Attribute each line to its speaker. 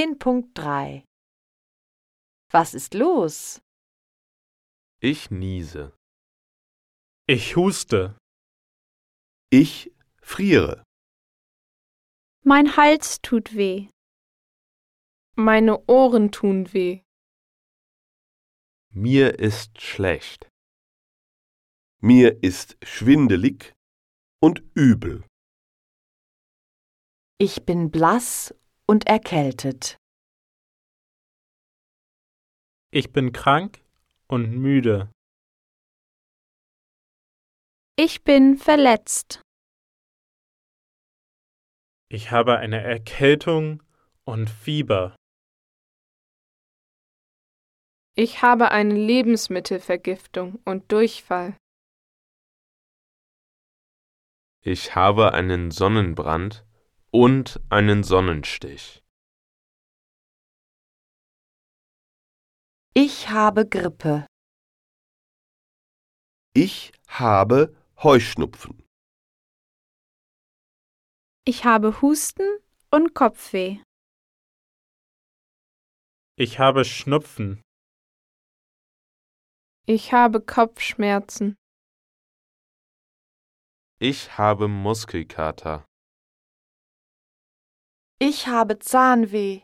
Speaker 1: 10.3 Was ist los?
Speaker 2: Ich niese.
Speaker 3: Ich huste.
Speaker 4: Ich friere.
Speaker 5: Mein Hals tut weh.
Speaker 6: Meine Ohren tun weh.
Speaker 2: Mir ist schlecht.
Speaker 4: Mir ist schwindelig und übel.
Speaker 1: Ich bin blass und erkältet.
Speaker 3: Ich bin krank und müde.
Speaker 5: Ich bin verletzt.
Speaker 3: Ich habe eine Erkältung und Fieber.
Speaker 6: Ich habe eine Lebensmittelvergiftung und Durchfall.
Speaker 2: Ich habe einen Sonnenbrand und einen Sonnenstich.
Speaker 1: Ich habe Grippe.
Speaker 4: Ich habe Heuschnupfen.
Speaker 5: Ich habe Husten und Kopfweh.
Speaker 3: Ich habe Schnupfen.
Speaker 6: Ich habe Kopfschmerzen.
Speaker 2: Ich habe Muskelkater.
Speaker 1: Ich habe Zahnweh.